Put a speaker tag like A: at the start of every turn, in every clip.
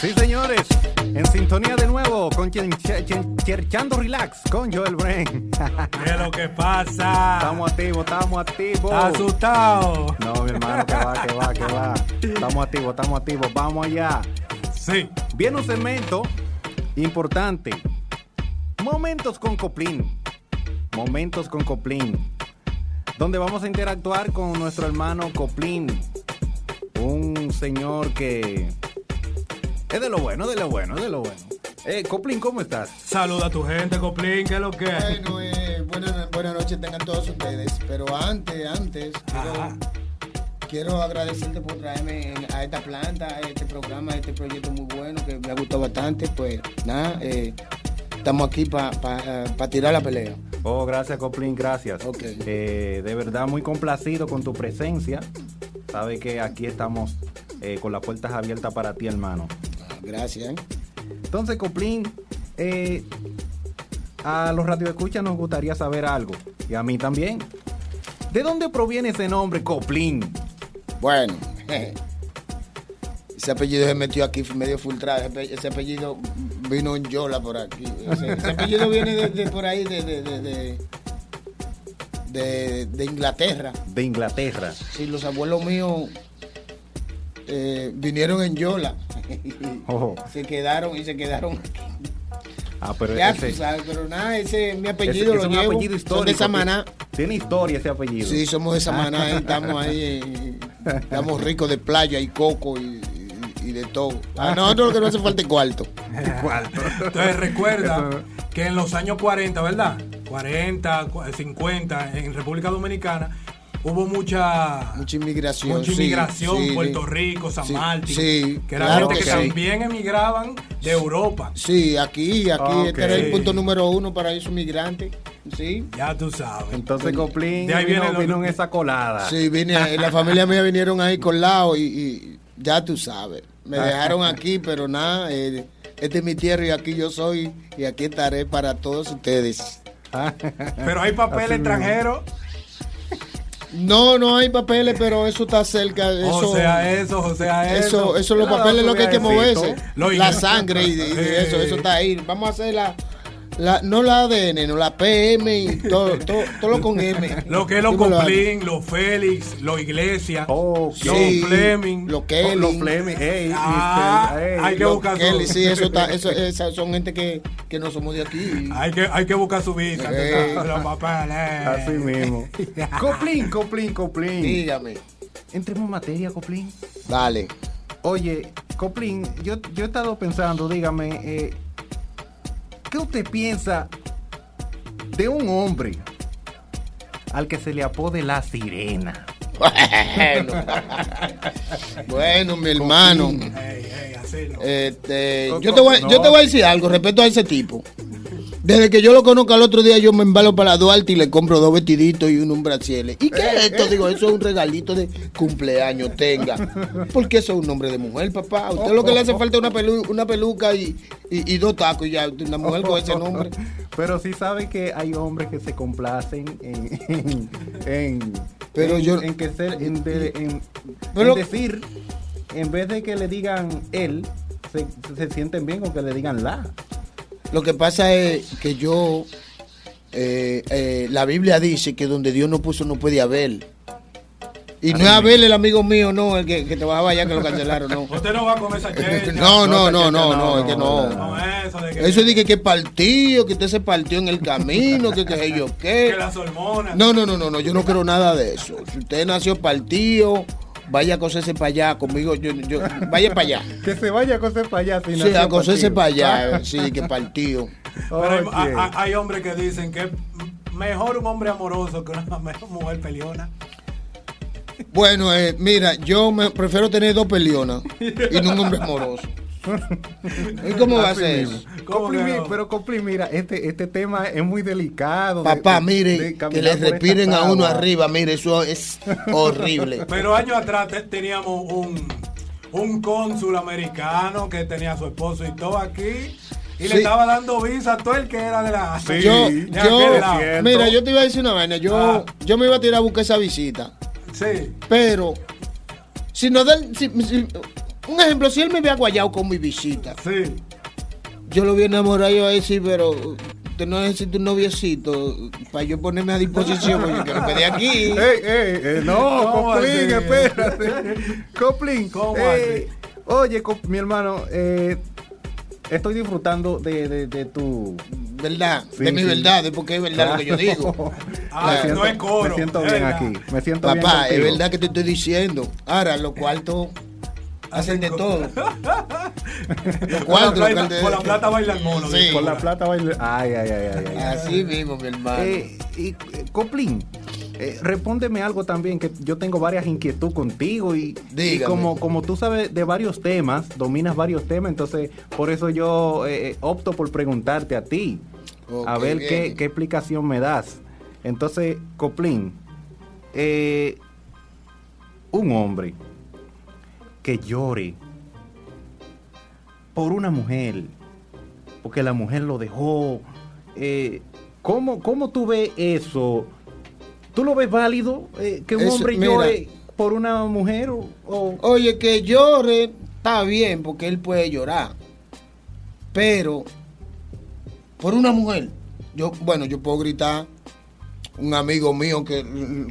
A: Sí, señores. En sintonía de nuevo con quien, quien- Cherchando Relax con Joel Bren.
B: ¿Qué es lo que pasa?
A: Estamos activos, estamos activos.
B: ¿Estás asustado?
A: No, mi hermano, que va, que va, que va. Estamos activos, estamos activos. Vamos allá.
B: Sí.
A: Viene un segmento importante. Momentos con Coplín. Momentos con Coplín. Donde vamos a interactuar con nuestro hermano Coplín. Un señor que es de lo bueno, de lo bueno, de lo bueno. Eh, Coplín, ¿cómo estás?
B: Saluda a tu gente, Coplín. ¿Qué es lo que es?
C: Bueno, eh, buena- buenas noches tengan todos ustedes, pero antes, antes,
B: Ajá.
C: quiero, quiero agradecerte por traerme en- a esta planta, a este programa, a este proyecto muy bueno que me ha gustado bastante, pues nada, eh, estamos aquí para tirar la pelea.
A: Oh, gracias, Coplin, gracias.
C: Ok.
A: Eh, de verdad, muy complacido con tu presencia. Sabe que aquí estamos eh, con las puertas abiertas para ti, hermano.
C: Ah, Gracias. ¿eh?
A: Entonces, Coplin, eh, a los radioescuchas nos gustaría saber algo. Y a mí también. ¿De dónde proviene ese nombre, Coplin?
C: Bueno, ese apellido se metió aquí medio filtrado, ese ape- ese apellido vino en Yola por aquí. Ese, ese apellido viene de, de por ahí, de- de- de- de- de- de Inglaterra.
A: De Inglaterra.
C: Sí, los abuelos míos eh, vinieron en Yola.
A: Ojo.
C: se quedaron y se quedaron.
A: Ah, pero
C: Ya
A: ese-
C: tú sabes, pero nada, ese es mi
A: ese- ese
C: apellido, lo
A: es un
C: llevo.
A: apellido histórico.
C: Son de Samaná.
A: Tiene historia ese apellido.
C: Sí, somos de Samaná, eh, estamos ahí, eh, estamos ricos de playa y coco y, y- y de todo.
A: Ah.
C: A nosotros lo que no hace falta es cuarto.
A: Cuarto.
B: Entonces recuerda
A: Eso-
B: que en los años 40, ¿verdad? 40, cu- 50, en República Dominicana, hubo mucha...
C: Mucha inmigración.
B: Mucha
C: sí,
B: inmigración,
C: sí,
B: Puerto
C: sí.
B: Rico, San
C: Sí,
B: Martín,
C: sí,
B: que eran
C: claro
B: gente que
C: que sí.
B: también emigraban de Europa.
C: Sí, aquí, aquí,
A: Ah,
C: este era el
B: ok.
C: punto número uno para esos migrantes. Sí.
B: Ya tú sabes.
A: Entonces, Coplin
B: De ahí
A: vino,
B: viene lo-
A: vino en esa
B: Ah.
A: colada.
C: Sí, vine, ahí, la familia mía vinieron ahí colado y, y ya tú sabes. Me
B: Ah.
C: dejaron aquí, pero nada, eh, esta es mi tierra y aquí yo soy y aquí estaré para todos ustedes.
B: Pero hay papel
A: Así mismo.
B: extranjero.
C: No, no hay papeles, pero eso está cerca. Eso,
B: o sea, eso, o sea,
C: eso,
B: eso.
C: eso, los
A: Claro,
C: papeles lo que hay que
A: cuidadito.
C: moverse.
B: Lo ign-
C: la sangre y, de- y de eso,
B: Sí.
C: eso está ahí. Vamos a hacer la, la- no la ADN, no la PM y todo, todo, todo lo con M.
B: Lo que es los
C: Dímelo, Oh, Andy.
B: Coplín, los Félix, los Iglesias,
A: Ok.
B: los
C: Sí,
B: Fleming.
C: Lo que
A: Oh,
C: es
A: los Fleming. Ey,
B: Ah,
A: mister, ey.
B: hay que
C: Los
B: buscar su-
C: Kelly, sí, eso está, eso, esa- son gente que, que no somos de aquí.
B: Hay que, hay que buscar su visa.
C: Sí.
B: tú sabes, los papeles.
A: Así mismo. Coplín, Coplín, Coplín.
C: Dígame.
A: Entremos en materia, Coplín.
C: Dale.
A: Oye, Coplín, yo, yo he estado pensando, dígame, eh, ¿qué usted piensa de un hombre al que se le apode la sirena?
C: Bueno, Bueno, mi hermano.
B: Ey, ey, así no.
C: Este,
A: Coco,
C: yo, te voy, yo
A: no.
C: te voy a decir algo respecto a ese tipo. Desde que yo lo conozco al otro día, yo me embalo para la Duarte y le compro dos vestiditos y un, un brasier. ¿Y qué es esto? Digo, eso es un regalito de cumpleaños, tenga. Porque eso es un hombre de mujer, papá. A usted lo que le hace falta es una, pelu- una peluca y, y- y dos tacos y ya, una mujer con ese nombre.
A: Pero sí sabe que hay hombres que se complacen en, en, en-
C: Pero
A: en-
C: yo-
A: en que ser, en, de- en-
C: Pero-
A: en decir, en vez de que le digan él, se, se sienten bien con que le digan la.
C: Lo que pasa es que yo, eh, eh, la Biblia dice que donde Dios no puso no puede haber. Y no es Abel el amigo mío, no, el que, que trabajaba allá que lo cancelaron, no.
B: Usted no va con esa checha.
C: No, no, no, no, no, es que
B: Con
C: no.
B: eso de que,
C: Eso dije que, que partido, que usted se partió en el camino, que qué sé yo
B: que
C: qué.
B: las hormonas.
C: No, no, no, no, no, yo no creo nada de eso. Si usted nació partido, vaya a coserse para allá conmigo, yo, yo- vaya para allá.
A: Que se vaya a coser para allá. si
C: Sí,
A: nació
C: a coserse
A: partido.
C: para allá, sí, que partido.
B: Pero hay,
A: Ok.
B: a- a- hay hombres que dicen que es mejor un hombre amoroso que una mujer peleona.
C: Bueno, eh, mira, yo me prefiero tener dos pelionas y no un hombre amoroso. ¿Y cómo va a
A: Así
C: ser
A: mismo.
C: eso?
B: ¿Cómo
A: Copli,
B: que
A: mi-
B: no?
A: pero Copli, mira, este, este tema es muy delicado. de-
C: Papá,
A: de- de
C: mire, que
A: caminar
C: le
A: por esta
C: respiren a uno
A: agua.
C: arriba, mire, eso es horrible.
B: Pero años atrás te- teníamos un, un cónsul americano que tenía a su esposo y todo aquí. Y le
C: Sí.
B: estaba dando visa a todo el que era de la
A: Sí.
C: Yo,
B: de
C: yo,
B: aquel lado.
A: cierto.
C: mira, yo te iba a decir una vaina, yo,
B: Ah.
C: yo me iba a tirar a buscar esa visita,
B: Sí.
C: pero si nos dan, si- si- Un ejemplo, si él me había guayado con mi visita,
B: Sí.
C: yo lo vi enamorado y yo a decir, pero usted no necesita un noviecito para yo ponerme a disposición, porque yo quiero pedir aquí.
A: Ey, ey, eh, no,
B: ¿Cómo
A: Coplin,
B: así?
A: espérate. Coplin,
B: ¿Cómo
A: eh, oye, Cop- mi hermano, eh, estoy disfrutando de, de- de tu.
C: ¿Verdad?
A: Sí,
C: de mi
A: sí.
C: verdad, es porque es verdad lo que yo digo.
B: Ah,
A: Me
B: no es coro,
A: Me siento
B: es
A: bien
B: verdad.
A: aquí. Me siento bien.
C: Papá, es
A: contigo.
C: verdad que te estoy diciendo. Ahora, los cuartos hacen de todo. Los
B: Por la
C: cuartos, los
B: plata,
C: cuartos-
B: por la plata bailan mono.
C: Sí.
B: dice.
A: Por la plata baile- Ay, ay, ay, ay. ay.
C: Así mismo, mi hermano.
A: Eh, y eh, Coplin, eh, respóndeme algo también, que yo tengo varias inquietudes contigo y, y
C: Dígame.
A: como, como tú sabes de varios temas, dominas varios temas, entonces por eso yo eh, eh, opto por preguntarte a ti, a
C: Ok,
A: ver
C: bien.
A: qué, qué explicación me das. Entonces, Coplin, eh, un hombre que llore por una mujer, porque la mujer lo dejó. eh, ¿cómo, ¿Cómo tú ves eso? ¿Tú lo ves válido eh, que un
C: Eso,
A: hombre
C: mira.
A: llore por una mujer? O, o-
C: Oye, que llore, está bien, porque él puede llorar. Pero, por una mujer, yo, bueno, yo puedo gritar, un amigo mío que,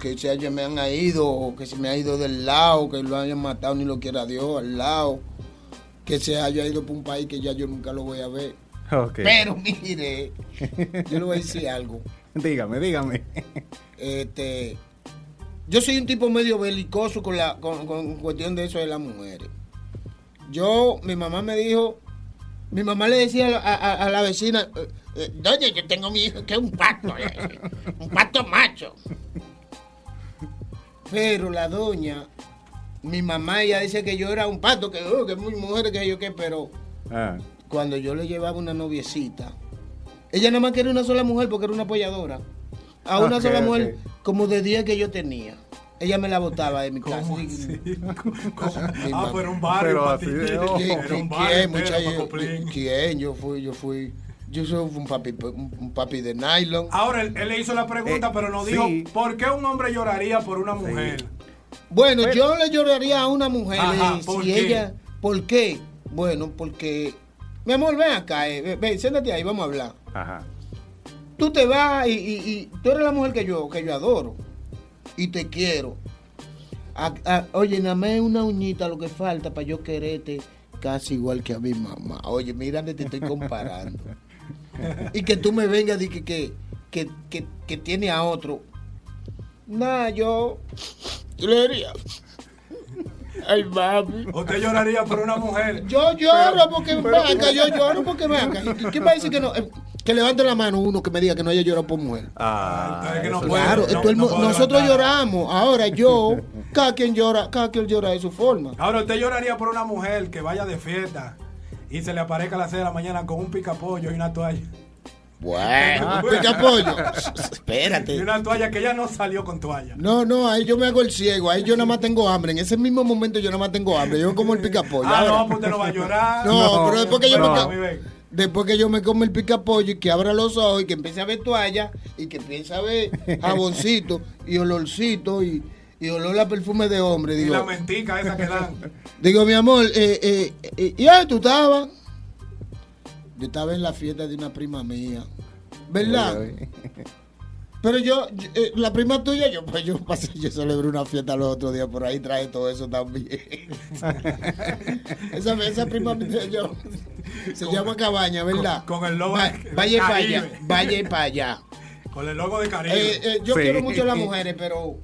C: que se haya, me han ido, o que se me ha ido del lado, que lo hayan matado, ni lo quiera Dios, al lado, que se haya ido para un país que ya yo nunca lo voy a ver.
A: Ok.
C: Pero mire, yo le voy a decir algo.
A: Dígame, dígame.
C: Este, yo soy un tipo medio belicoso con la con, con cuestión de eso de las mujeres. Yo, mi mamá me dijo, mi mamá le decía a, la- a- a la vecina, eh, eh, doña, yo tengo mi hijo que es un pato, le decía, un pato macho. Pero la doña, mi mamá ella dice que yo era un pato, que, oh, que muy mujer, que yo qué, pero
A: Ah,
C: cuando yo le llevaba una noviecita, ella nada más quería una sola mujer porque era una apoyadora. A una
A: Ok,
C: sola
A: ok.
C: mujer, como de 10 que yo tenía. Ella me la botaba de mi casa.
B: ¿Cómo así? ¿Cómo? Ah,
C: mamá.
B: pero un barrio.
A: Pero
B: para
A: así
B: ti.
A: de
C: ¿Qui-
A: ojo.
B: Era
C: qui-
B: un barrio
C: ¿Quién,
B: entero
C: muchacha?
B: para
C: Yo-
B: Coplín.
C: ¿Quién? Yo fui, yo fui. Yo soy un papi, un un papi de nylon.
B: Ahora él, él le hizo la pregunta,
A: Eh,
B: pero no
A: sí.
B: dijo por qué un hombre lloraría por una mujer.
C: Bueno, yo le lloraría a una mujer
B: Ajá,
C: eh,
B: ¿por
C: si
B: qué?
C: ella. ¿Por qué? Bueno, porque. Mi amor, ven acá, eh, ven, ven, siéntate ahí, vamos a hablar.
A: ajá.
C: tú te vas y, y- y tú eres la mujer que yo, que yo adoro y te quiero. A- a- oye, nada más es una uñita lo que falta para yo quererte casi igual que a mi mamá. Oye, mira donde te estoy comparando. y que tú me vengas y que, que, que, que- que tiene a otro. Nah, yo, yo le diría. Ay, mami.
B: Usted lloraría por una mujer.
C: Yo lloro porque
A: pero-
C: ven acá, yo lloro porque ven acá. ¿Y ¿Quién va a decir que no? Eh, Que levante la mano uno que me diga que no haya llorado por mujer.
A: Ah,
B: entonces que no
A: eso-
B: puede.
C: Claro, todo el mu-
B: puedo
C: nosotros
B: levantar.
C: lloramos. Ahora yo, cada quien llora, cada quien llora de su forma.
B: Ahora usted lloraría por una mujer que vaya de fiesta y se le aparezca a las 6 de la mañana con un picapollo y una toalla.
C: Bueno,
B: Y
C: pues, Espérate.
B: una toalla que ya no salió con toalla.
C: No, no, ahí yo me hago el ciego, ahí yo nada más tengo hambre. En ese mismo momento yo nada más tengo hambre. Yo como el picapollo.
B: Ah, no,
C: Ahora,
B: pues usted no va a llorar.
C: No, pero después que yo
A: me
B: Pero,
A: ca-
B: mi ven.
C: Después que yo me como el picapollo y que abra los ojos y que empiece a ver toalla y que empiece a ver jaboncito y olorcito y, y olor a perfume de hombre.
B: Y
C: Digo,
B: la mentica esa que dan.
C: Digo, mi amor, eh, eh, eh, ¿y ahí tú estabas? Yo estaba en la fiesta de una prima mía, ¿verdad? Pero yo, yo, eh, la prima tuya, yo, pues, yo pasé, yo celebré una fiesta los otros días por ahí, trae todo eso también. esa, esa prima mía, yo, se llama Cabaña, ¿verdad?
B: con- con el logo
C: Va-
B: de-
C: Vaya y para
B: Caribe.
C: allá, vaya y para allá.
B: Con el logo de Caribe.
C: Eh, eh, yo
A: Sí.
C: quiero mucho a las mujeres, pero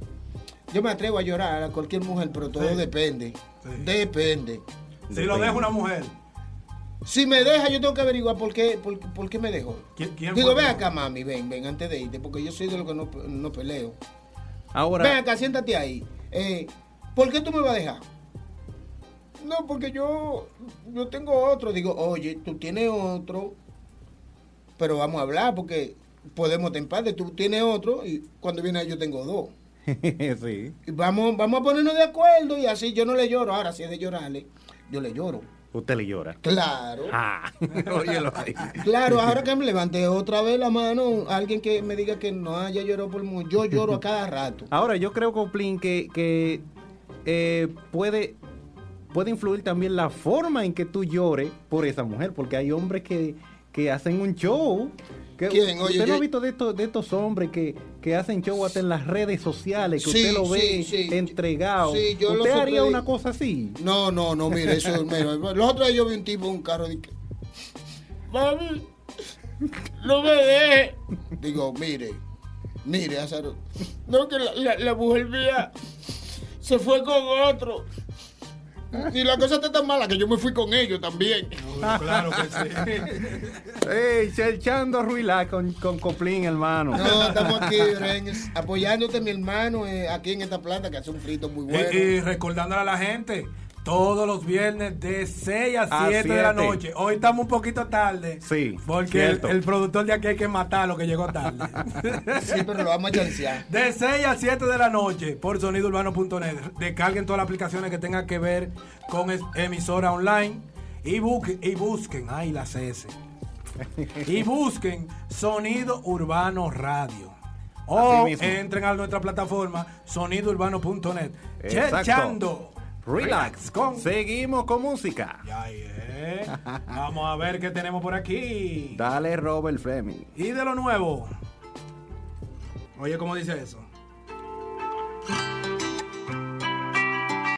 C: yo me atrevo a llorar a cualquier mujer, pero todo
B: Sí.
C: depende.
B: Sí.
C: Depende.
B: si lo deja una mujer.
C: Si me deja, yo tengo que averiguar por qué, por, por qué me dejó.
B: ¿Qui- quién
C: Digo,
B: fue?
C: ven acá, mami, ven, ven antes de irte, porque yo soy de los que no, pe- no peleo. Ven
A: Ahora,
C: acá, siéntate ahí. Eh, ¿Por qué tú me vas a dejar? No, porque yo, yo tengo otro. Digo, oye, tú tienes otro, pero vamos a hablar porque podemos temparte. Tú tienes otro y cuando viene ahí yo tengo dos.
A: sí,
C: Y vamos, vamos a ponernos de acuerdo y así yo no le lloro. Ahora, si es de llorarle, yo le lloro.
A: usted le llora.
C: Claro.
A: Ah, óyelo ahí.
C: Claro, ahora que me levanté otra vez la mano, alguien que me diga que no haya llorado por mucho, yo lloro a cada rato.
A: Ahora, yo creo, Coplin, que, que eh, puede puede influir también la forma en que tú llores por esa mujer, porque hay hombres que, que hacen un show. Que,
C: ¿Quién? Oye,
A: usted no
C: yo-
A: ha visto de estos, de estos hombres que, que hacen show hasta en las redes sociales, que
C: Sí,
A: usted lo
C: sí,
A: ve
C: sí.
A: entregado.
C: Sí, yo lo
A: ¿Usted haría
C: supe-
A: una cosa así?
C: No, no, no, mire, eso es menos. Los otros días yo vi un tipo en un carro y dije, mami, no me dejes. Digo, mire, mire, Azaro. No, que la, la- la mujer mía se fue con otro. Y la cosa está tan mala que yo me fui con ellos también.
B: No, Claro que sí.
A: ¡Ey, cherchando Ruilá con, con Coplín, hermano!
C: No, estamos aquí, Ren, apoyándote, mi hermano, eh, aquí en esta planta que hace un frito muy
B: Y,
C: bueno.
B: y recordándole a la gente, todos los viernes de 6 a
A: A
B: 7 de la
A: Ah, siete.
B: noche. Hoy estamos un poquito tarde.
A: Sí,
B: Porque el,
A: cierto.
B: el productor de aquí hay que matarlo que llegó tarde.
C: Sí, pero lo vamos a chancear.
B: De 6 a 7 de la noche por sonidourbano.net. Descarguen todas las aplicaciones que tengan que ver con es- emisora online y, busquen, y busquen, ay las S, y busquen Sonido Urbano Radio. O
A: Así mismo.
B: entren a nuestra plataforma sonidourbano.net.
A: Exacto.
B: Chechando.
A: Relax.
B: con...
A: Seguimos con música.
B: Ya, eh. Vamos a ver qué tenemos por aquí.
A: Dale Robert Fleming.
B: Y de lo nuevo. Oye, ¿cómo dice eso?